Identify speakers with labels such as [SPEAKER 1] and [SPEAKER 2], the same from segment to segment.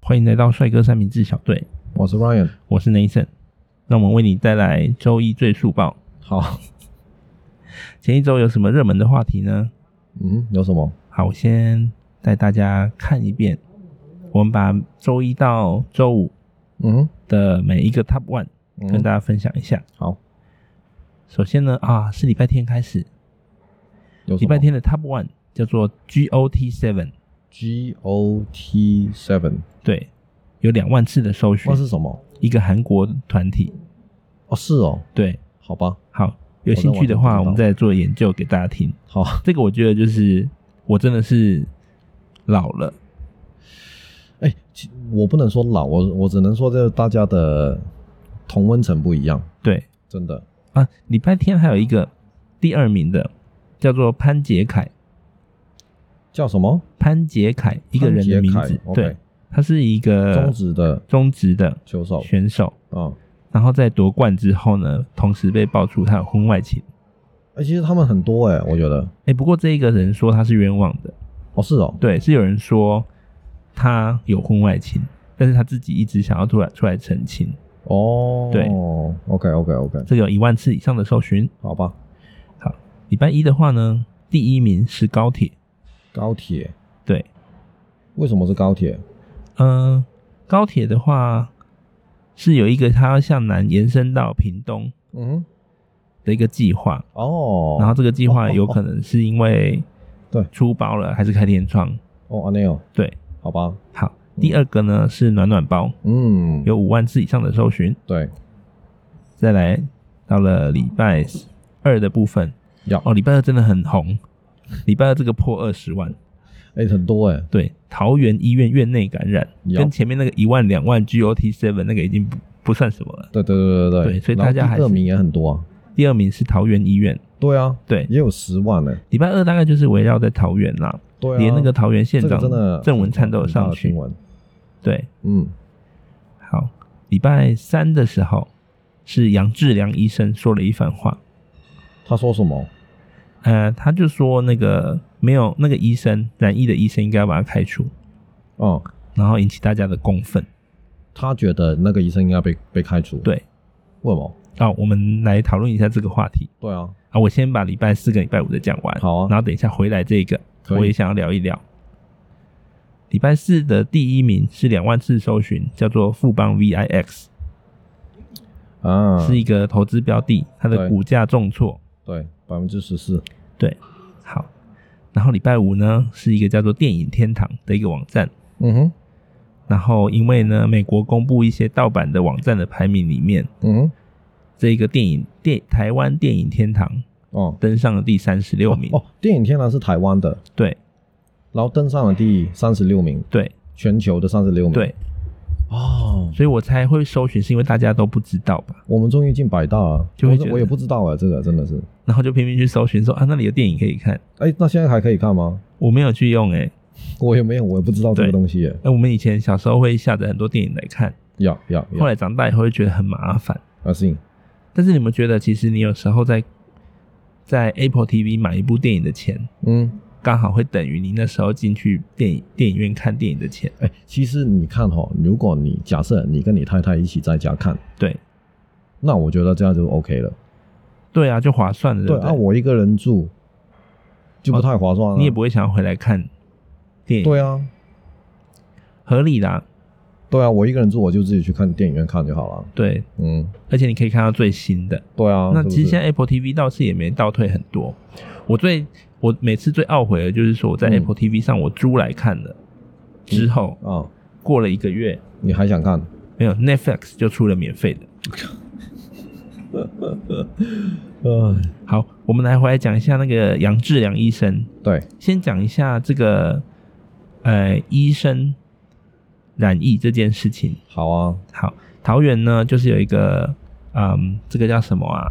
[SPEAKER 1] 欢迎来到帅哥三明治小队，
[SPEAKER 2] 我是 Ryan。
[SPEAKER 1] 我是 Nathan。那我们为你带来周一最速报。
[SPEAKER 2] 好，
[SPEAKER 1] 前一周有什么热门的话题呢？
[SPEAKER 2] 嗯，有什么？
[SPEAKER 1] 好，我先带大家看一遍。我们把周一到周五
[SPEAKER 2] 嗯
[SPEAKER 1] 的每一个 Top One
[SPEAKER 2] 嗯
[SPEAKER 1] 跟大家分享一下。
[SPEAKER 2] 好，
[SPEAKER 1] 首先呢，啊，是礼拜天开始，
[SPEAKER 2] 有什么
[SPEAKER 1] 礼拜天的 Top One 叫做 GOT Seven，
[SPEAKER 2] G O T Seven，
[SPEAKER 1] 对，有两万次的搜寻
[SPEAKER 2] 那，是什么？
[SPEAKER 1] 一个韩国团体，
[SPEAKER 2] 哦，是哦，
[SPEAKER 1] 对，
[SPEAKER 2] 好吧，
[SPEAKER 1] 好，有兴趣的话，
[SPEAKER 2] 我在网上不知道
[SPEAKER 1] 我们再做研究给大家听。
[SPEAKER 2] 好，
[SPEAKER 1] 这个我觉得就是我真的是老了，
[SPEAKER 2] 哎、其我不能说老，我我只能说这大家的同温层不一样，
[SPEAKER 1] 对
[SPEAKER 2] 真的。
[SPEAKER 1] 啊。礼拜天还有一个第二名的叫做潘杰凯，
[SPEAKER 2] 叫什么？
[SPEAKER 1] 潘杰凯一个人的名
[SPEAKER 2] 潘杰
[SPEAKER 1] 字
[SPEAKER 2] 凯，，OK
[SPEAKER 1] 对，他是一个
[SPEAKER 2] 中职的
[SPEAKER 1] 中职的
[SPEAKER 2] 球手
[SPEAKER 1] 选手，
[SPEAKER 2] 啊。
[SPEAKER 1] 然后在夺冠之后呢，同时被爆出他有婚外情。
[SPEAKER 2] 哎、其实他们很多哎、我觉得。
[SPEAKER 1] 哎，不过这一个人说他是冤枉的，
[SPEAKER 2] 哦，是哦，
[SPEAKER 1] 对，是有人说他有婚外情，但是他自己一直想要出来出来澄清。
[SPEAKER 2] 哦，
[SPEAKER 1] 对
[SPEAKER 2] ，OK OK OK，
[SPEAKER 1] 这个有一万次以上的搜寻。
[SPEAKER 2] 好吧。
[SPEAKER 1] 好，礼拜一的话呢，第一名是高铁，
[SPEAKER 2] 高铁
[SPEAKER 1] 对，
[SPEAKER 2] 为什么是高铁？
[SPEAKER 1] 嗯、高铁的话是有一个它要向南延伸到屏东
[SPEAKER 2] 嗯，
[SPEAKER 1] 的一个计划，
[SPEAKER 2] 哦，
[SPEAKER 1] 然后这个计划有可能是因为
[SPEAKER 2] 对
[SPEAKER 1] 出包了还是开天窗，
[SPEAKER 2] 哦，阿内哦，
[SPEAKER 1] 对，
[SPEAKER 2] 好吧，
[SPEAKER 1] 好。第二个呢是暖暖包，
[SPEAKER 2] 嗯，
[SPEAKER 1] 有五万次以上的搜寻。
[SPEAKER 2] 对，
[SPEAKER 1] 再来到了礼拜二的部分，
[SPEAKER 2] 要
[SPEAKER 1] 哦，礼拜二真的很红，礼拜二这个破二十万，
[SPEAKER 2] 哎、很多哎、
[SPEAKER 1] 对，桃园医院院内感染，
[SPEAKER 2] 有
[SPEAKER 1] 跟前面那个一万两万 GOT seven 那个已经不不算什么了。
[SPEAKER 2] 对对对对
[SPEAKER 1] 对所以
[SPEAKER 2] 然
[SPEAKER 1] 大
[SPEAKER 2] 后
[SPEAKER 1] 家还
[SPEAKER 2] 第二
[SPEAKER 1] 是
[SPEAKER 2] 名也很多啊，
[SPEAKER 1] 第二名是桃园医院，
[SPEAKER 2] 对啊，
[SPEAKER 1] 对，
[SPEAKER 2] 也有十万呢、
[SPEAKER 1] 礼拜二大概就是围绕在桃园啦，
[SPEAKER 2] 对啊，
[SPEAKER 1] 连那个桃园县
[SPEAKER 2] 这个
[SPEAKER 1] 长
[SPEAKER 2] 真的
[SPEAKER 1] 郑文灿都有
[SPEAKER 2] 很大的
[SPEAKER 1] 上去
[SPEAKER 2] 新。闻，
[SPEAKER 1] 对，
[SPEAKER 2] 嗯，
[SPEAKER 1] 好，礼拜三的时候是杨志良医生说了一番话，
[SPEAKER 2] 他说什么？
[SPEAKER 1] 呃，他就说那个没有那个医生染疫的医生应该要把他开除，
[SPEAKER 2] 哦、
[SPEAKER 1] 然后引起大家的公愤。
[SPEAKER 2] 他觉得那个医生应该被被开除，，
[SPEAKER 1] 对，
[SPEAKER 2] 为什么？
[SPEAKER 1] 啊，我们来讨论一下这个话题。
[SPEAKER 2] 对啊，
[SPEAKER 1] 啊，我先把礼拜四跟礼拜五的讲完，
[SPEAKER 2] 好啊
[SPEAKER 1] 然后等一下回来这个，
[SPEAKER 2] 可以
[SPEAKER 1] 我也想要聊一聊。礼拜四的第一名是两万次搜寻，叫做富邦 VIX，、
[SPEAKER 2] 啊，
[SPEAKER 1] 是一个投资标的，它的
[SPEAKER 2] 对
[SPEAKER 1] 股价重挫。
[SPEAKER 2] 对，百分之十四，
[SPEAKER 1] 对，好。然后礼拜五呢，是一个叫做电影天堂的一个网站。
[SPEAKER 2] 嗯哼，
[SPEAKER 1] 然后因为呢，美国公布一些盗版的网站的排名里面，
[SPEAKER 2] 嗯哼，
[SPEAKER 1] 这个电影电台湾电影天堂
[SPEAKER 2] 哦，
[SPEAKER 1] 登上了第三十六 名。
[SPEAKER 2] 哦，电影天堂是台湾的，
[SPEAKER 1] 对
[SPEAKER 2] 然后登上了第三十六名，
[SPEAKER 1] 对
[SPEAKER 2] 全球的三十六名，，
[SPEAKER 1] 对，
[SPEAKER 2] 哦，
[SPEAKER 1] 所以我才会搜寻，是因为大家都不知道吧？
[SPEAKER 2] 我们终于进百大了，
[SPEAKER 1] 就会
[SPEAKER 2] 我
[SPEAKER 1] 觉
[SPEAKER 2] 是
[SPEAKER 1] 得
[SPEAKER 2] 我也不知道啊，这个真的是，
[SPEAKER 1] 然后就拼命去搜寻说啊，那里有电影可以看。
[SPEAKER 2] 哎、那现在还可以看吗？
[SPEAKER 1] 我没有去用诶、
[SPEAKER 2] 我也没有，我也不知道这
[SPEAKER 1] 对
[SPEAKER 2] 个东西耶。
[SPEAKER 1] 哎、我们以前小时候会下载很多电影来看，
[SPEAKER 2] 要要
[SPEAKER 1] 后
[SPEAKER 2] 要，
[SPEAKER 1] 来长大以后会觉得很麻烦。
[SPEAKER 2] 阿信，
[SPEAKER 1] 但是你们觉得，其实你有时候在在 Apple TV 买一部电影的钱，
[SPEAKER 2] 嗯，
[SPEAKER 1] 刚好会等于你那时候进去电影电影院看电影的钱。
[SPEAKER 2] 哎、其实你看哈、如果你假设你跟你太太一起在家看，
[SPEAKER 1] 对
[SPEAKER 2] 那我觉得这样就 OK 了。
[SPEAKER 1] 对啊，就划算了，对
[SPEAKER 2] 对
[SPEAKER 1] 不对？
[SPEAKER 2] 啊，我一个人住就不太划算了、
[SPEAKER 1] 你也不会想要回来看电影，
[SPEAKER 2] 对啊，
[SPEAKER 1] 合理啦。
[SPEAKER 2] 对啊，我一个人住我就自己去看电影院看就好了。
[SPEAKER 1] 对，
[SPEAKER 2] 嗯，
[SPEAKER 1] 而且你可以看到最新的。
[SPEAKER 2] 对啊。
[SPEAKER 1] 那
[SPEAKER 2] 是不
[SPEAKER 1] 其实
[SPEAKER 2] 是
[SPEAKER 1] 现在 Apple TV 倒是也没倒退很多。我最我每次最懊悔的就是说我在
[SPEAKER 2] 嗯
[SPEAKER 1] Apple TV 上我租来看了，之后
[SPEAKER 2] 啊，
[SPEAKER 1] 过了一个月，
[SPEAKER 2] 你还想看？
[SPEAKER 1] 没有 Netflix 就出了免费的。
[SPEAKER 2] 呃，
[SPEAKER 1] 好，我们来回来讲一下那个杨志良医生，
[SPEAKER 2] 对，
[SPEAKER 1] 先讲一下这个呃医生染疫这件事情。
[SPEAKER 2] 好啊，
[SPEAKER 1] 好，桃园呢就是有一个嗯，这个叫什么啊？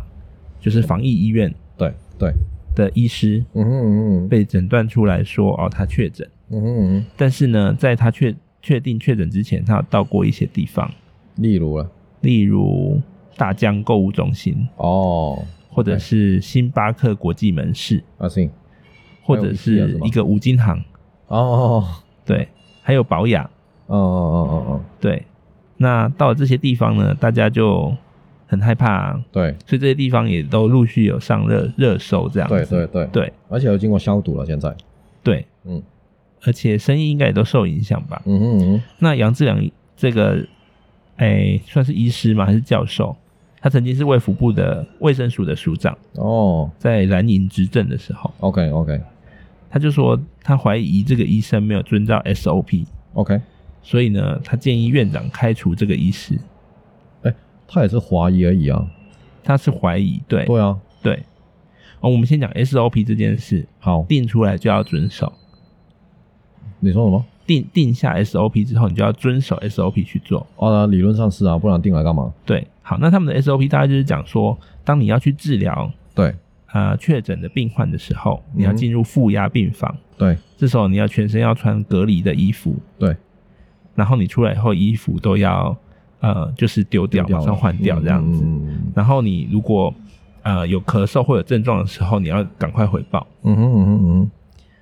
[SPEAKER 1] 就是防疫医院
[SPEAKER 2] 对对，
[SPEAKER 1] 的医师
[SPEAKER 2] 嗯哼嗯哼
[SPEAKER 1] 被诊断出来说哦，他确诊。
[SPEAKER 2] 嗯哼嗯哼，
[SPEAKER 1] 但是呢，在他确确定确诊之前，他有到过一些地方，
[SPEAKER 2] 例如了，
[SPEAKER 1] 例如大江购物中心，
[SPEAKER 2] 哦，
[SPEAKER 1] 或者是星巴克国际门市，
[SPEAKER 2] 阿信，
[SPEAKER 1] 或者是一个五金行，
[SPEAKER 2] 哦，
[SPEAKER 1] 对，还有宝雅，
[SPEAKER 2] 哦哦哦哦哦，
[SPEAKER 1] 对，那到了这些地方呢，大家就很害怕、啊，
[SPEAKER 2] 对
[SPEAKER 1] 所以这些地方也都陆续有上热热搜这样
[SPEAKER 2] 对
[SPEAKER 1] 子。
[SPEAKER 2] 对对，
[SPEAKER 1] 对
[SPEAKER 2] 而且有经过消毒了，现在，
[SPEAKER 1] 对，
[SPEAKER 2] 嗯
[SPEAKER 1] 而且生意应该也都受影响吧？
[SPEAKER 2] 嗯哼嗯
[SPEAKER 1] 那杨志良这个，哎、算是医师吗？还是教授？他曾经是卫福部的卫生署的署长，
[SPEAKER 2] 哼，哦
[SPEAKER 1] 在蓝营执政的时候，
[SPEAKER 2] ，OK OK
[SPEAKER 1] 他就说他怀疑这个医生没有遵照 SOP，
[SPEAKER 2] OK，
[SPEAKER 1] 所以呢，他建议院长开除这个医师。
[SPEAKER 2] 他也是怀疑而已啊，
[SPEAKER 1] 他是怀疑，对
[SPEAKER 2] 对啊，
[SPEAKER 1] 对哦，我们先讲 SOP 这件事，
[SPEAKER 2] 好，
[SPEAKER 1] 定出来就要遵守，
[SPEAKER 2] 你说什么？
[SPEAKER 1] 定定下 SOP 之后，你就要遵守 SOP 去做。
[SPEAKER 2] 哦，那理论上是啊，不然定来干嘛？
[SPEAKER 1] 对，好，那他们的 SOP 大概就是讲说，当你要去治疗
[SPEAKER 2] 对
[SPEAKER 1] 呃确诊的病患的时候，你要
[SPEAKER 2] 嗯
[SPEAKER 1] 进入负压病房，
[SPEAKER 2] 对
[SPEAKER 1] 这时候你要全身要穿隔离的衣服，
[SPEAKER 2] 对，
[SPEAKER 1] 然后你出来以后衣服都要呃就是丢掉，马上换掉这样子。
[SPEAKER 2] 嗯嗯
[SPEAKER 1] 然后你如果呃有咳嗽或有症状的时候，你要赶快回报。
[SPEAKER 2] 嗯哼嗯哼嗯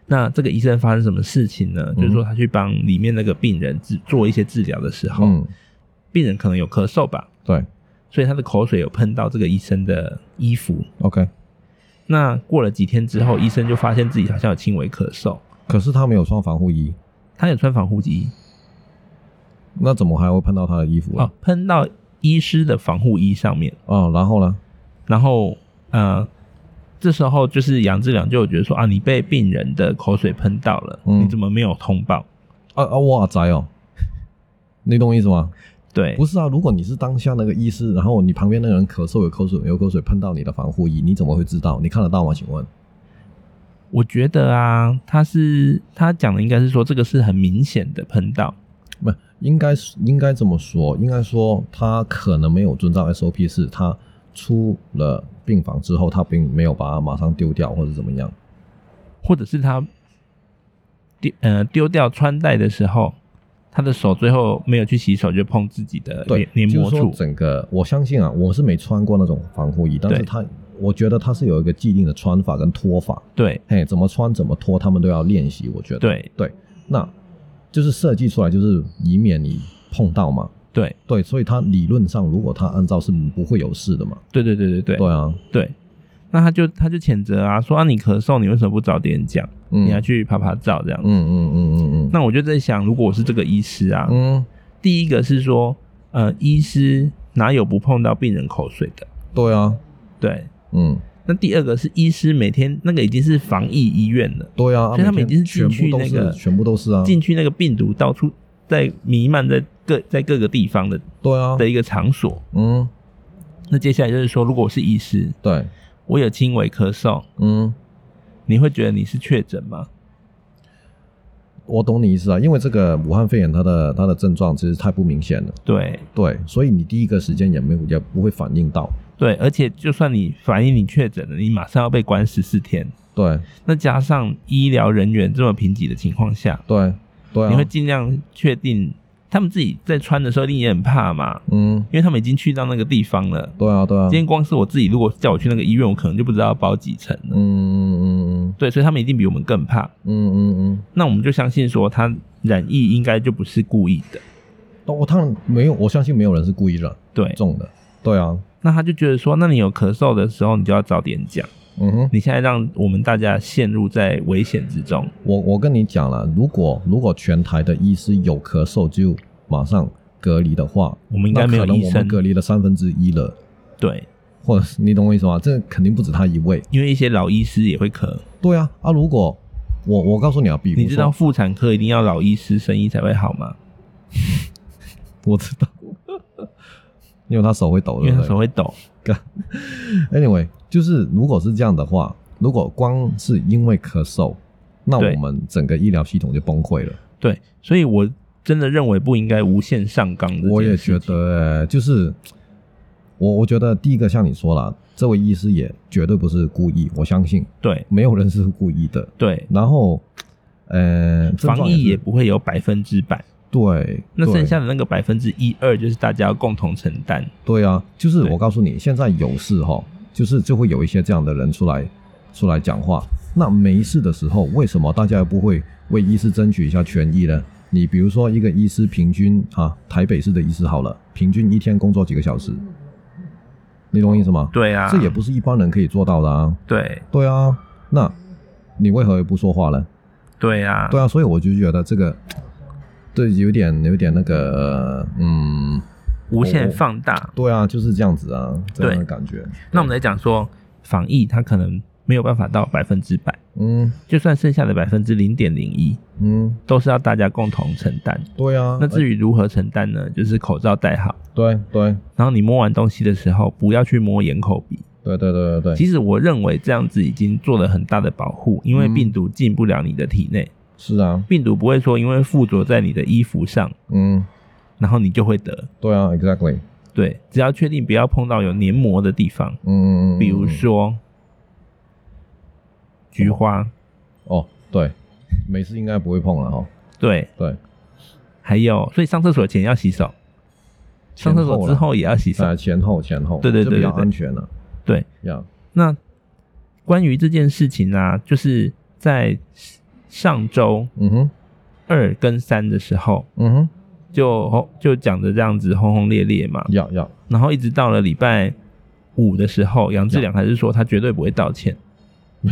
[SPEAKER 1] 那这个医生发生什么事情呢？就是说他去帮里面那个病人治做一些治疗的时候，
[SPEAKER 2] 哼，嗯，
[SPEAKER 1] 病人可能有咳嗽吧，
[SPEAKER 2] 对
[SPEAKER 1] 所以他的口水有喷到这个医生的衣服。
[SPEAKER 2] ，OK，
[SPEAKER 1] 那过了几天之后，医生就发现自己好像有轻微咳嗽，
[SPEAKER 2] 可是他没有穿防护衣，
[SPEAKER 1] 他有穿防护衣
[SPEAKER 2] 那怎么还会碰到他的衣服
[SPEAKER 1] 哦
[SPEAKER 2] 啊？，
[SPEAKER 1] 喷到医师的防护衣上面，
[SPEAKER 2] 哦，然后呢？
[SPEAKER 1] 然后呃。这时候就是杨志良就有觉得说啊，你被病人的口水喷到了，
[SPEAKER 2] 嗯
[SPEAKER 1] 你怎么没有通报？
[SPEAKER 2] 啊啊，哇塞哦，你懂我意思吗？
[SPEAKER 1] 对，
[SPEAKER 2] 不是啊，如果你是当下那个医师，然后你旁边那个人咳嗽有口水有口水喷到你的防护衣，你怎么会知道？你看得到吗？请问？
[SPEAKER 1] 我觉得啊，他是他讲的应该是说这个是很明显的喷到，
[SPEAKER 2] 不，应该是应该这么说，应该说他可能没有遵 照 SOP，是他出了病房之后，他并没有把它马上丢掉或者怎么样。
[SPEAKER 1] 或者是他丢呃丢掉穿戴的时候，他的手最后没有去洗手就碰自己的
[SPEAKER 2] 对
[SPEAKER 1] 黏，黏
[SPEAKER 2] 就
[SPEAKER 1] 膜
[SPEAKER 2] 是说
[SPEAKER 1] 处，
[SPEAKER 2] 整个我相信啊，我是没穿过那种防护衣，但是
[SPEAKER 1] 对
[SPEAKER 2] 他我觉得他是有一个既定的穿法跟脱法，
[SPEAKER 1] 对
[SPEAKER 2] 嘿，怎么穿怎么脱，他们都要练习。我觉得，
[SPEAKER 1] 对
[SPEAKER 2] 那就是设计出来就是以免你碰到嘛。
[SPEAKER 1] 对
[SPEAKER 2] 对，所以他理论上如果他按照是不会有事的嘛。
[SPEAKER 1] 对对对对对
[SPEAKER 2] 对啊，
[SPEAKER 1] 对，那他就他就谴责啊，说啊你咳嗽，你为什么不早点讲？
[SPEAKER 2] 嗯，
[SPEAKER 1] 你还去拍拍照这样
[SPEAKER 2] 嗯嗯嗯嗯嗯，
[SPEAKER 1] 那我就在想，如果我是这个医师啊，
[SPEAKER 2] 嗯，
[SPEAKER 1] 第一个是说，呃，医师哪有不碰到病人口水的？
[SPEAKER 2] 对啊，
[SPEAKER 1] 对，
[SPEAKER 2] 嗯，
[SPEAKER 1] 那第二个是医师每天那个已经是防疫医院了，
[SPEAKER 2] 对啊，
[SPEAKER 1] 所以他们
[SPEAKER 2] 每
[SPEAKER 1] 已经
[SPEAKER 2] 天
[SPEAKER 1] 是进去
[SPEAKER 2] 全部都
[SPEAKER 1] 那个
[SPEAKER 2] 是全部都是啊，
[SPEAKER 1] 进去那个病毒到处在弥漫在各在各个地方的
[SPEAKER 2] 对啊，
[SPEAKER 1] 的一个场所。
[SPEAKER 2] 嗯，
[SPEAKER 1] 那接下来就是说，如果我是医师，
[SPEAKER 2] 对，
[SPEAKER 1] 我有轻微咳嗽，
[SPEAKER 2] 嗯，
[SPEAKER 1] 你会觉得你是确诊吗？
[SPEAKER 2] 我懂你意思啊，因为这个武汉肺炎它的它的症状其实太不明显了，
[SPEAKER 1] 对
[SPEAKER 2] 对，所以你第一个时间也没有也不会反应到，
[SPEAKER 1] 对，而且就算你反映你确诊了，你马上要被关十四天。
[SPEAKER 2] 对
[SPEAKER 1] 那加上医疗人员这么贫瘠的情况下，
[SPEAKER 2] 对对
[SPEAKER 1] 你
[SPEAKER 2] 啊
[SPEAKER 1] 会，尽量确定他们自己在穿的时候一定也很怕嘛，
[SPEAKER 2] 嗯，
[SPEAKER 1] 因为他们已经去到那个地方了。
[SPEAKER 2] 对啊对啊，
[SPEAKER 1] 今天光是我自己，如果叫我去那个医院，我可能就不知道要包几层了。
[SPEAKER 2] 嗯嗯嗯
[SPEAKER 1] 对，所以他们一定比我们更怕。
[SPEAKER 2] 嗯嗯嗯嗯，
[SPEAKER 1] 那我们就相信说，他染疫应该就不是故意的。
[SPEAKER 2] 那我当然哦没有，我相信没有人是故意的
[SPEAKER 1] 对，
[SPEAKER 2] 中的，对啊，
[SPEAKER 1] 那他就觉得说，那你有咳嗽的时候，你就要早点讲。
[SPEAKER 2] 嗯哼。
[SPEAKER 1] 你现在让我们大家陷入在危险之中。
[SPEAKER 2] 我我跟你讲了，如果如果全台的医师有咳嗽就马上隔离的话，
[SPEAKER 1] 我们应该没有
[SPEAKER 2] 那可能
[SPEAKER 1] 医
[SPEAKER 2] 我们
[SPEAKER 1] 生。
[SPEAKER 2] 隔离了三分之一了，
[SPEAKER 1] 对，
[SPEAKER 2] 或者是你懂我意思吗？这肯定不止他一位。
[SPEAKER 1] 因为一些老医师也会咳。
[SPEAKER 2] 对啊，啊，如果我我告诉你啊，比如说
[SPEAKER 1] 你知道，妇产科一定要老医师、生医才会好吗？
[SPEAKER 2] 我知道， 因为他手会抖，
[SPEAKER 1] 因为
[SPEAKER 2] 对不
[SPEAKER 1] 他
[SPEAKER 2] 对
[SPEAKER 1] 手会抖。
[SPEAKER 2] Anyway，就是如果是这样的话，如果光是因为咳嗽，那
[SPEAKER 1] 对
[SPEAKER 2] 我们整个医疗系统就崩溃了。
[SPEAKER 1] 对，所以我真的认为不应该无限上纲这件事情。
[SPEAKER 2] 我也觉得、哎就是我我觉得第一个像你说了，这位医师也绝对不是故意，我相信
[SPEAKER 1] 对
[SPEAKER 2] 没有人是故意的。
[SPEAKER 1] 对，
[SPEAKER 2] 然后，呃，症
[SPEAKER 1] 防
[SPEAKER 2] 状
[SPEAKER 1] 疫
[SPEAKER 2] 是
[SPEAKER 1] 也不会有百分之百。
[SPEAKER 2] 对，
[SPEAKER 1] 那
[SPEAKER 2] 对
[SPEAKER 1] 剩下的那个百分之一二，就是大家要共同承担。
[SPEAKER 2] 对啊，就是
[SPEAKER 1] 对
[SPEAKER 2] 我告诉你，现在有事哈，就是就会有一些这样的人出来出来讲话。那没事的时候，为什么大家不会为医师争取一下权益呢？你比如说一个医师平均啊，台北市的医师好了，平均一天工作几个小时，你懂我意思吗？、
[SPEAKER 1] 对啊，
[SPEAKER 2] 这也不是一般人可以做到的啊。
[SPEAKER 1] 对
[SPEAKER 2] 对啊，那你为何不说话呢？
[SPEAKER 1] 对啊，
[SPEAKER 2] 对啊，所以我就觉得这个，对，有点有点那个，嗯，
[SPEAKER 1] 无限放大。
[SPEAKER 2] 对啊，就是这样子啊，这样的
[SPEAKER 1] 对
[SPEAKER 2] 感觉。
[SPEAKER 1] 那我们来讲说防疫，它可能没有办法到百分之百，
[SPEAKER 2] 嗯
[SPEAKER 1] 就算剩下的百分之零点零一，
[SPEAKER 2] 嗯，
[SPEAKER 1] 都是要大家共同承担。
[SPEAKER 2] 对啊，哎
[SPEAKER 1] 那至于如何承担呢？就是口罩戴好，
[SPEAKER 2] 对对
[SPEAKER 1] 然后你摸完东西的时候，不要去摸眼口鼻。
[SPEAKER 2] 对对对对对，
[SPEAKER 1] 其实我认为这样子已经做了很大的保护，因为
[SPEAKER 2] 嗯
[SPEAKER 1] 病毒进不了你的体内，
[SPEAKER 2] 是啊，
[SPEAKER 1] 病毒不会说因为附着在你的衣服上，
[SPEAKER 2] 嗯，
[SPEAKER 1] 然后你就会得。
[SPEAKER 2] 对啊，exactly，
[SPEAKER 1] 对，只要确定不要碰到有黏膜的地方，
[SPEAKER 2] 嗯嗯嗯，
[SPEAKER 1] 比如
[SPEAKER 2] 嗯
[SPEAKER 1] 说菊花，
[SPEAKER 2] 哦，对，每次应该不会碰了哈，
[SPEAKER 1] 对，
[SPEAKER 2] 对，
[SPEAKER 1] 还有，所以上厕所前要洗手，上厕所之
[SPEAKER 2] 前后
[SPEAKER 1] 后也要洗手
[SPEAKER 2] 啦，。啊，前后前后，
[SPEAKER 1] 对对
[SPEAKER 2] 这
[SPEAKER 1] 对
[SPEAKER 2] 比较
[SPEAKER 1] 对对
[SPEAKER 2] 安全了，
[SPEAKER 1] 对，
[SPEAKER 2] 呀，
[SPEAKER 1] 那关于这件事情啊，就是在上周
[SPEAKER 2] 嗯哼，
[SPEAKER 1] 二跟三的时候，
[SPEAKER 2] 嗯哼，
[SPEAKER 1] 就就讲的这样子轰轰烈烈嘛，
[SPEAKER 2] 呀呀，
[SPEAKER 1] 然后一直到了礼拜五的时候，杨志良还是说他绝对不会道歉。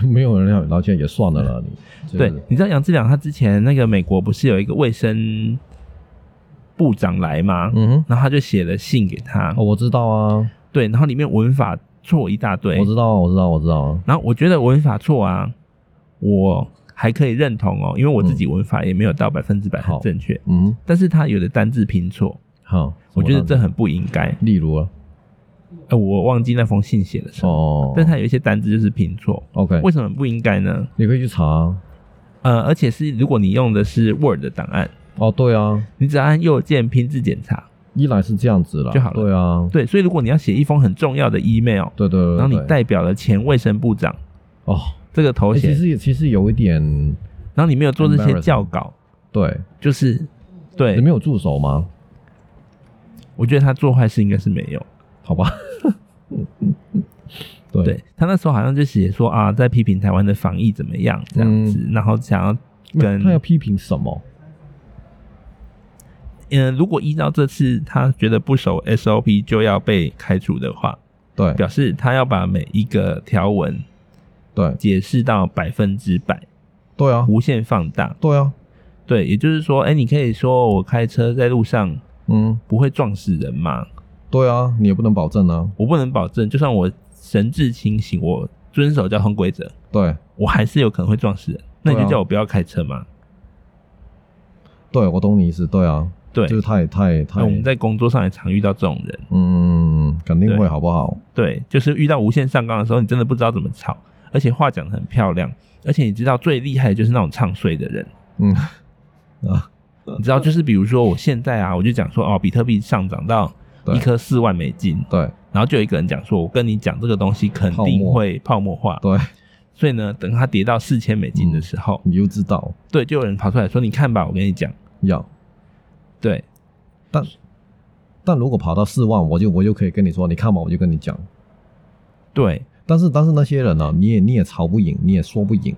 [SPEAKER 2] 没有人要道歉也算了啦，你
[SPEAKER 1] 嗯对，你知道杨志良他之前那个美国不是有一个卫生部长来吗？
[SPEAKER 2] 嗯哼，
[SPEAKER 1] 然后他就写了信给他，
[SPEAKER 2] 哦，我知道啊，
[SPEAKER 1] 对，然后里面文法错一大堆
[SPEAKER 2] 我。知道啊，我知道，我知道啊，
[SPEAKER 1] 然后我觉得文法错啊，我还可以认同哦，因为我自己文法也没有到百分之百很
[SPEAKER 2] 嗯好
[SPEAKER 1] 正确，
[SPEAKER 2] 嗯，
[SPEAKER 1] 但是他有的单字拼错，
[SPEAKER 2] 好，
[SPEAKER 1] 我觉得这
[SPEAKER 2] 什么
[SPEAKER 1] 很不应该。
[SPEAKER 2] 例如啊，
[SPEAKER 1] 呃，我忘记那封信写的什么，
[SPEAKER 2] 哦，
[SPEAKER 1] 但他有一些单字就是拼错，
[SPEAKER 2] OK，
[SPEAKER 1] 为什么不应该呢？
[SPEAKER 2] 你可以去查啊，
[SPEAKER 1] 呃，而且是如果你用的是 Word 的档案，
[SPEAKER 2] 哦，对啊，
[SPEAKER 1] 你只要按右键拼字检查。
[SPEAKER 2] 一来是这样子啦，
[SPEAKER 1] 就好了
[SPEAKER 2] 对啊，
[SPEAKER 1] 对，所以如果你要写一封很重要的 email，
[SPEAKER 2] 对对对对，
[SPEAKER 1] 然后你
[SPEAKER 2] 对
[SPEAKER 1] 代表了前卫生部长
[SPEAKER 2] 哦，
[SPEAKER 1] 这个头
[SPEAKER 2] 欸其
[SPEAKER 1] 衔，
[SPEAKER 2] 实也其实有一点，
[SPEAKER 1] 然后你没有做这些
[SPEAKER 2] Embarrassing
[SPEAKER 1] 校稿，
[SPEAKER 2] 对，
[SPEAKER 1] 就是对
[SPEAKER 2] 你没有助手吗？
[SPEAKER 1] 我觉得他做坏事应该是没有。
[SPEAKER 2] 好吧，对
[SPEAKER 1] 对他那时候好像就写说啊，在批评台湾的防疫怎么样这样子，然后想要
[SPEAKER 2] 嗯没有
[SPEAKER 1] 跟
[SPEAKER 2] 他要批评什么？
[SPEAKER 1] 嗯、如果依照这次他觉得不守 SOP 就要被开除的话，
[SPEAKER 2] 对
[SPEAKER 1] 表示他要把每一个条文
[SPEAKER 2] 对
[SPEAKER 1] 解释到百分之百，
[SPEAKER 2] 对啊，
[SPEAKER 1] 无限放大。
[SPEAKER 2] 对啊，
[SPEAKER 1] 对，也就是说，哎、你可以说我开车在路上
[SPEAKER 2] 嗯，
[SPEAKER 1] 不会撞死人嘛？
[SPEAKER 2] 对啊，你也不能保证啊，
[SPEAKER 1] 我不能保证，就算我神志清醒，我遵守交通规则，
[SPEAKER 2] 对
[SPEAKER 1] 我还是有可能会撞死人。那你
[SPEAKER 2] 对
[SPEAKER 1] 就
[SPEAKER 2] 啊
[SPEAKER 1] 叫我不要开车嘛。
[SPEAKER 2] 对，我懂你意思，对啊，
[SPEAKER 1] 对，
[SPEAKER 2] 就是太太太，
[SPEAKER 1] 那我们在工作上也常遇到这种人，
[SPEAKER 2] 嗯，肯定会
[SPEAKER 1] 对
[SPEAKER 2] 好不好？
[SPEAKER 1] 对，就是遇到无限上纲的时候，你真的不知道怎么吵，而且话讲的很漂亮，而且你知道最厉害的就是那种唱衰的人，
[SPEAKER 2] 嗯啊，
[SPEAKER 1] 你知道，就是比如说我现在啊，我就讲说哦，比特币上涨到
[SPEAKER 2] 对
[SPEAKER 1] 一颗四万美金，
[SPEAKER 2] 对
[SPEAKER 1] 然后就有一个人讲说，我跟你讲这个东西肯
[SPEAKER 2] 泡
[SPEAKER 1] 定
[SPEAKER 2] 沫
[SPEAKER 1] 会泡沫化，
[SPEAKER 2] 对，嗯
[SPEAKER 1] 所以呢，等它跌到四千美金的时候，
[SPEAKER 2] 你就知道
[SPEAKER 1] 对，就有人跑出来说，你看吧，我跟你讲，
[SPEAKER 2] 要，
[SPEAKER 1] 对，
[SPEAKER 2] 但但如果跑到四万，我就我就可以跟你说，你看嘛，我就跟你讲。
[SPEAKER 1] 对，
[SPEAKER 2] 但是但是那些人呢、你也你也吵不赢，你也说不赢。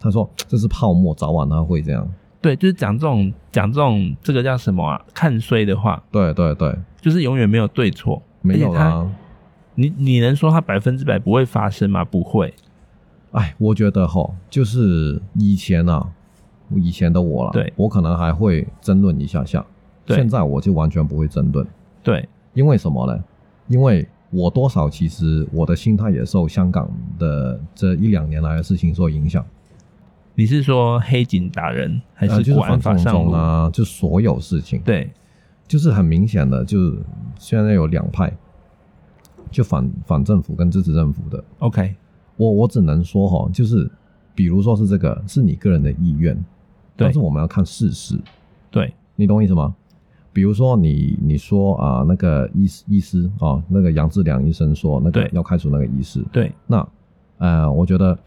[SPEAKER 2] 他说这是泡沫，早晚他会这样。
[SPEAKER 1] 对，就是讲这种讲这种这个叫什么啊？看衰的话，
[SPEAKER 2] 对对对，
[SPEAKER 1] 就是永远没有对错，
[SPEAKER 2] 没有
[SPEAKER 1] 而且它
[SPEAKER 2] 啦。
[SPEAKER 1] 你你能说它百分之百不会发生吗？不会，
[SPEAKER 2] 哎，我觉得哈，就是以前啊，以前的我啦，
[SPEAKER 1] 对
[SPEAKER 2] 我可能还会争论一下下，
[SPEAKER 1] 对
[SPEAKER 2] 现在我就完全不会争论，
[SPEAKER 1] 对
[SPEAKER 2] 因为什么呢？因为我多少其实我的心态也受香港的这一两年来的事情所影响，
[SPEAKER 1] 你是说黑警打人还
[SPEAKER 2] 呃
[SPEAKER 1] 是
[SPEAKER 2] 就是
[SPEAKER 1] 国安
[SPEAKER 2] 反
[SPEAKER 1] 法
[SPEAKER 2] 送
[SPEAKER 1] 上
[SPEAKER 2] 中
[SPEAKER 1] 路？
[SPEAKER 2] 啊，就所有事情，
[SPEAKER 1] 对
[SPEAKER 2] 就是很明显的，就是现在有两派，就反反政府跟支持政府的。
[SPEAKER 1] ，OK，
[SPEAKER 2] 我我只能说哈，就是比如说是这个是你个人的意愿，
[SPEAKER 1] 对
[SPEAKER 2] 但是我们要看事实，
[SPEAKER 1] 对
[SPEAKER 2] 你懂我意思吗？比如说你你说啊、那个医师医师啊、那个杨志良医生说那个
[SPEAKER 1] 对
[SPEAKER 2] 要开除那个医师，
[SPEAKER 1] 对
[SPEAKER 2] 那呃，我觉得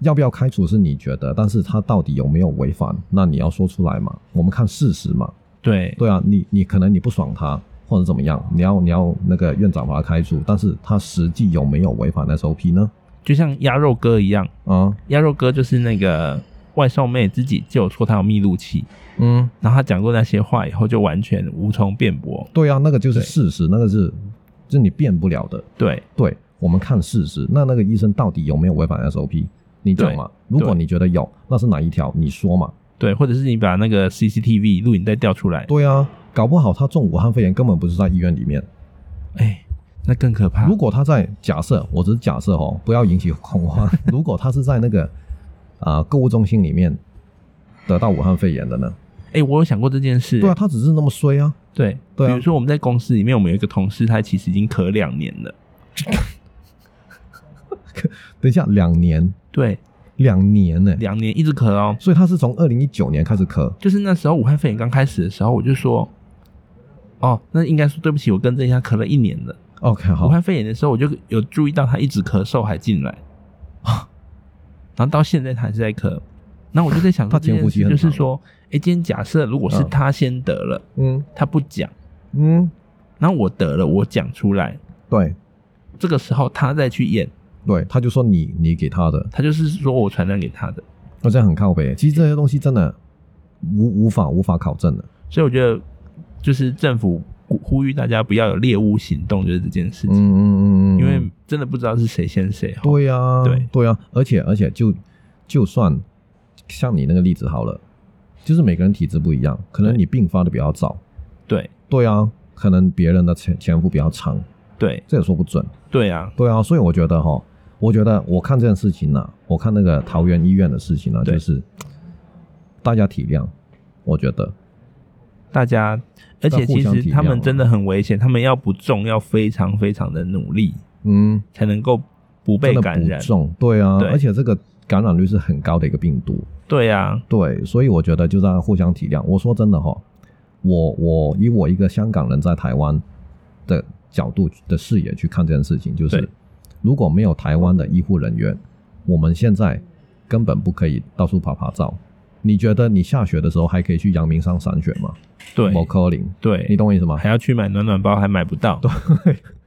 [SPEAKER 2] 要不要开除是你觉得，但是他到底有没有违反，那你要说出来嘛，我们看事实嘛。
[SPEAKER 1] 对
[SPEAKER 2] 对啊，你你可能你不爽他或者怎么样，你要你要那个院长把他开除，但是他实际有没有违反 SOP 呢？
[SPEAKER 1] 就像鸭肉哥一样，
[SPEAKER 2] 啊，
[SPEAKER 1] 鸭肉哥就是那个外送妹自己就有说她有密录器，
[SPEAKER 2] 嗯，
[SPEAKER 1] 然后她讲过那些话以后，就完全无从辩驳。
[SPEAKER 2] 对啊，那个就是
[SPEAKER 1] 对
[SPEAKER 2] 事实，那个是是你变不了的。
[SPEAKER 1] 对
[SPEAKER 2] 对，我们看事实。那那个医生到底有没有违反 SOP？你讲嘛？如果
[SPEAKER 1] 对
[SPEAKER 2] 你觉得有，那是哪一条？你说嘛？
[SPEAKER 1] 对，或者是你把那个 CCTV 录影带调出来，
[SPEAKER 2] 对啊，搞不好他中武汉肺炎根本不是在医院里面。
[SPEAKER 1] 哎，那更可怕
[SPEAKER 2] 如。果他在假设，我只是假设哦，不要引起恐 慌。如果他是在那个啊、购物中心里面得到武汉肺炎的呢？
[SPEAKER 1] 哎，我有想过这件事。
[SPEAKER 2] 对啊，他只是那么衰啊。
[SPEAKER 1] 对
[SPEAKER 2] 对啊
[SPEAKER 1] 比如说我们在公司里面，我们有一个同事，他其实已经咳两年了。
[SPEAKER 2] 等一下，两年，
[SPEAKER 1] 对，
[SPEAKER 2] 两年呢、
[SPEAKER 1] 两年一直咳哦。
[SPEAKER 2] 所以他是从二零一九年开始咳。
[SPEAKER 1] 就是那时候武汉肺炎刚开始的时候，我就说，哦，那应该说对不起，我更正一下，咳了一年了。
[SPEAKER 2] OK，
[SPEAKER 1] 武
[SPEAKER 2] 好，
[SPEAKER 1] 汉肺炎的时候，我就有注意到他一直咳嗽还进来，哦然后到现在他还是在咳。那我就在想说，
[SPEAKER 2] 他潜伏期很
[SPEAKER 1] 这件
[SPEAKER 2] 长
[SPEAKER 1] 事就是说，哎、今天假设如果是
[SPEAKER 2] 嗯
[SPEAKER 1] 他先得了，
[SPEAKER 2] 嗯
[SPEAKER 1] 他不讲，
[SPEAKER 2] 嗯，
[SPEAKER 1] 然后我得了，我讲出来，
[SPEAKER 2] 对
[SPEAKER 1] 这个时候他再去验，
[SPEAKER 2] 对，他就说你你给他的，
[SPEAKER 1] 他就是说我传染给他的。
[SPEAKER 2] 那这样很靠北。其实这些东西真的无无法无法考证的。
[SPEAKER 1] 所以我觉得，就是政府呼呼吁大家不要有猎物行动，就是这件事
[SPEAKER 2] 嗯
[SPEAKER 1] 情，
[SPEAKER 2] 嗯嗯嗯，
[SPEAKER 1] 因为真的不知道是谁先谁后。
[SPEAKER 2] 对呀、
[SPEAKER 1] 对
[SPEAKER 2] 对呀、而且而且就就算像你那个例子好了，就是每个人体质不一样，可能
[SPEAKER 1] 对
[SPEAKER 2] 你病发的比较早，
[SPEAKER 1] 对
[SPEAKER 2] 对啊，可能别人的潜潜伏比较长，
[SPEAKER 1] 对
[SPEAKER 2] 这也说不准，
[SPEAKER 1] 对啊，
[SPEAKER 2] 对啊，所以我觉得哈，我觉得我看这件事情呢、我看那个桃园医院的事情呢、
[SPEAKER 1] 对
[SPEAKER 2] 就是大家体谅，我觉得
[SPEAKER 1] 大家，而且其
[SPEAKER 2] 互相
[SPEAKER 1] 实
[SPEAKER 2] 体谅
[SPEAKER 1] 他
[SPEAKER 2] 啊
[SPEAKER 1] 们真的很危险，他们要不中要非常非常的努力，
[SPEAKER 2] 嗯，
[SPEAKER 1] 才能够不被
[SPEAKER 2] 真的
[SPEAKER 1] 感
[SPEAKER 2] 不
[SPEAKER 1] 染。
[SPEAKER 2] 重，对啊，
[SPEAKER 1] 对
[SPEAKER 2] 而且这个感染率是很高的一个病毒，
[SPEAKER 1] 对啊，
[SPEAKER 2] 对，所以我觉得就大家互相体谅。我说真的哈、我我以我一个香港人在台湾的角度的视野去看这件事情，就是
[SPEAKER 1] 对
[SPEAKER 2] 如果没有台湾的医护人员，我们现在根本不可以到处爬爬照。你觉得你下雪的时候还可以去阳明山赏雪吗？
[SPEAKER 1] 对
[SPEAKER 2] 某科林，你
[SPEAKER 1] 对，
[SPEAKER 2] 懂我意思吗？
[SPEAKER 1] 还要去买暖暖包，还买不到。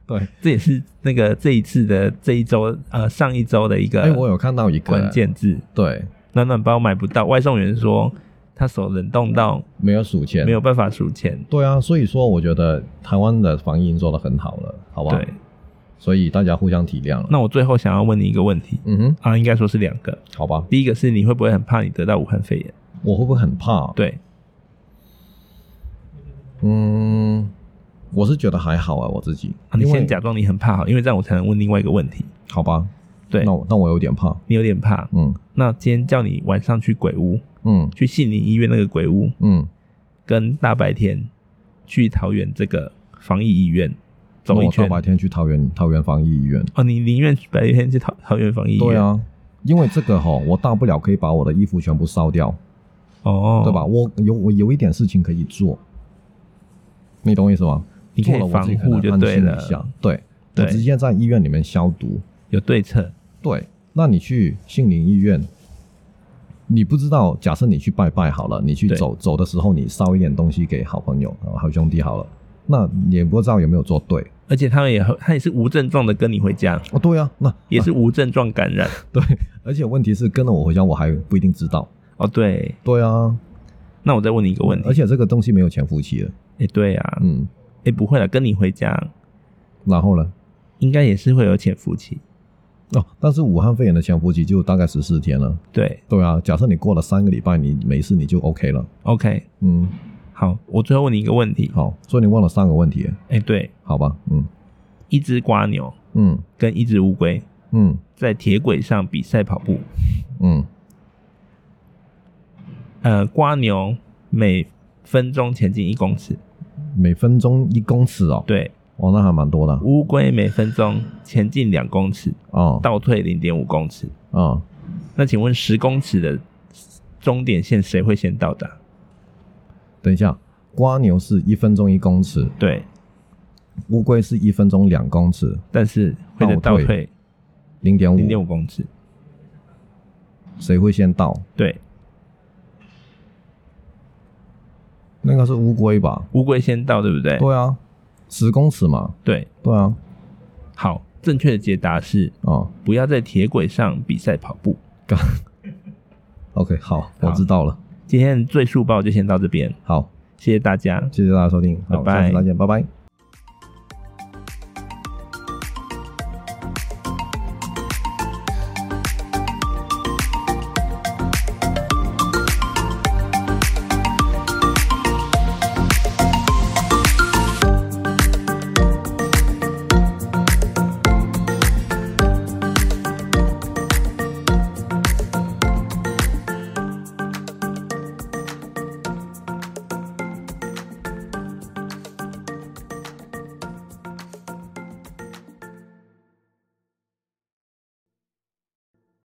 [SPEAKER 2] 对，
[SPEAKER 1] 这也是那个这一次的这一周呃上一周的一
[SPEAKER 2] 哎、我
[SPEAKER 1] 个
[SPEAKER 2] 有看到一个
[SPEAKER 1] 关，键字，
[SPEAKER 2] 对，
[SPEAKER 1] 暖暖包买不到，外送员说他手冷冻到
[SPEAKER 2] 没有数钱，
[SPEAKER 1] 没有办法数钱。
[SPEAKER 2] 对啊，所以说我觉得台湾的防疫已经做得很好了，好不好？
[SPEAKER 1] 对，
[SPEAKER 2] 所以大家互相体谅了。
[SPEAKER 1] 那我最后想要问你一个问题
[SPEAKER 2] 嗯哼，
[SPEAKER 1] 啊，应该说是两个。
[SPEAKER 2] 好吧，
[SPEAKER 1] 第一个是你会不会很怕你得到武汉肺炎？
[SPEAKER 2] 我会不会很怕？
[SPEAKER 1] 对，
[SPEAKER 2] 嗯，我是觉得还好啊，我自己。
[SPEAKER 1] 啊你
[SPEAKER 2] 因为
[SPEAKER 1] 先假装你很怕好，因为这样我才能问另外一个问题。
[SPEAKER 2] 好吧？
[SPEAKER 1] 对
[SPEAKER 2] 那，我那我有点怕。
[SPEAKER 1] 你有点怕。
[SPEAKER 2] 嗯
[SPEAKER 1] 那今天叫你晚上去鬼屋，
[SPEAKER 2] 嗯
[SPEAKER 1] 去杏林医院那个鬼屋，
[SPEAKER 2] 嗯，
[SPEAKER 1] 跟大白天去桃园这个防疫医院
[SPEAKER 2] 那
[SPEAKER 1] 走一
[SPEAKER 2] 我大
[SPEAKER 1] 圈。
[SPEAKER 2] 白天去桃园桃园防疫医院。
[SPEAKER 1] 哦，你宁愿白天去桃桃园防疫医院？
[SPEAKER 2] 对，啊，因为这个哈，我大不了可以把我的衣服全部烧掉，
[SPEAKER 1] 哦，
[SPEAKER 2] 对吧？？我有我有一点事情可以做，你懂我意思吗？
[SPEAKER 1] 你可
[SPEAKER 2] 做
[SPEAKER 1] 以
[SPEAKER 2] 了我自己
[SPEAKER 1] 防
[SPEAKER 2] 可
[SPEAKER 1] 护
[SPEAKER 2] 能
[SPEAKER 1] 就
[SPEAKER 2] 安
[SPEAKER 1] 对
[SPEAKER 2] 心
[SPEAKER 1] 了
[SPEAKER 2] 一下。对，我
[SPEAKER 1] 对
[SPEAKER 2] 直接在医院里面消毒。
[SPEAKER 1] 有对策。
[SPEAKER 2] 对，那你去杏林医院，你不知道，假设你去拜拜好了，你去
[SPEAKER 1] 对
[SPEAKER 2] 走走的时候，你烧一点东西给好朋友、呃好兄弟好了，那你也不知道有没有做对
[SPEAKER 1] 而且他们也他也是无症状的跟你回家，
[SPEAKER 2] 哦。对啊，那
[SPEAKER 1] 也是无症状感 染。
[SPEAKER 2] 对，而且问题是跟了我回家，我还不一定知道。
[SPEAKER 1] 哦，对，
[SPEAKER 2] 对啊，
[SPEAKER 1] 那我再问你一个问题，
[SPEAKER 2] 而且这个东西没有潜伏期的，
[SPEAKER 1] 哎、对啊，哎、
[SPEAKER 2] 嗯，
[SPEAKER 1] 不会了，跟你回家
[SPEAKER 2] 然后呢？
[SPEAKER 1] 应该也是会有潜伏期，
[SPEAKER 2] 哦，但是武汉肺炎的潜伏期就大概十四天了。
[SPEAKER 1] 对
[SPEAKER 2] 对啊，假设你过了三个礼拜，你没事，你就 OK 了。
[SPEAKER 1] ，OK，
[SPEAKER 2] 嗯，
[SPEAKER 1] 好，我最后问你一个问题，
[SPEAKER 2] 好，所以你问了三个问题，
[SPEAKER 1] 哎、对，
[SPEAKER 2] 好吧？嗯
[SPEAKER 1] 一只瓜牛
[SPEAKER 2] 嗯
[SPEAKER 1] 跟一只乌龟
[SPEAKER 2] 嗯
[SPEAKER 1] 在铁轨上比赛跑步，
[SPEAKER 2] 嗯
[SPEAKER 1] 呃，瓜牛每分钟前进一公尺，
[SPEAKER 2] 每分钟一公尺哦，
[SPEAKER 1] 对，
[SPEAKER 2] 哦，那还蛮多的
[SPEAKER 1] 乌龟每分钟前进两公尺，
[SPEAKER 2] 哦，
[SPEAKER 1] 倒退零点五公尺。
[SPEAKER 2] 哦，
[SPEAKER 1] 那请问十公尺的终点线谁会先到达？
[SPEAKER 2] 等一下，瓜牛是一分钟一公尺，
[SPEAKER 1] 对，
[SPEAKER 2] 乌龟是一分钟两公尺，
[SPEAKER 1] 但是会再倒
[SPEAKER 2] 倒退嗯
[SPEAKER 1] 退
[SPEAKER 2] 零点
[SPEAKER 1] 零点
[SPEAKER 2] 五，
[SPEAKER 1] 五公尺。
[SPEAKER 2] 谁会先到？
[SPEAKER 1] 对，
[SPEAKER 2] 那个是乌龟吧？
[SPEAKER 1] 乌龟先到，对不对？
[SPEAKER 2] 对啊，十公尺嘛，
[SPEAKER 1] 对，
[SPEAKER 2] 对啊，
[SPEAKER 1] 好，正确的解答是
[SPEAKER 2] 哦，
[SPEAKER 1] 不要在铁轨上比赛跑步。
[SPEAKER 2] OK，好，我
[SPEAKER 1] 好
[SPEAKER 2] 知道了。
[SPEAKER 1] 今天的最速报就先到这边，
[SPEAKER 2] 好，
[SPEAKER 1] 谢谢大家。
[SPEAKER 2] 谢谢大家收听，好，
[SPEAKER 1] 拜拜
[SPEAKER 2] 下次再见，拜拜。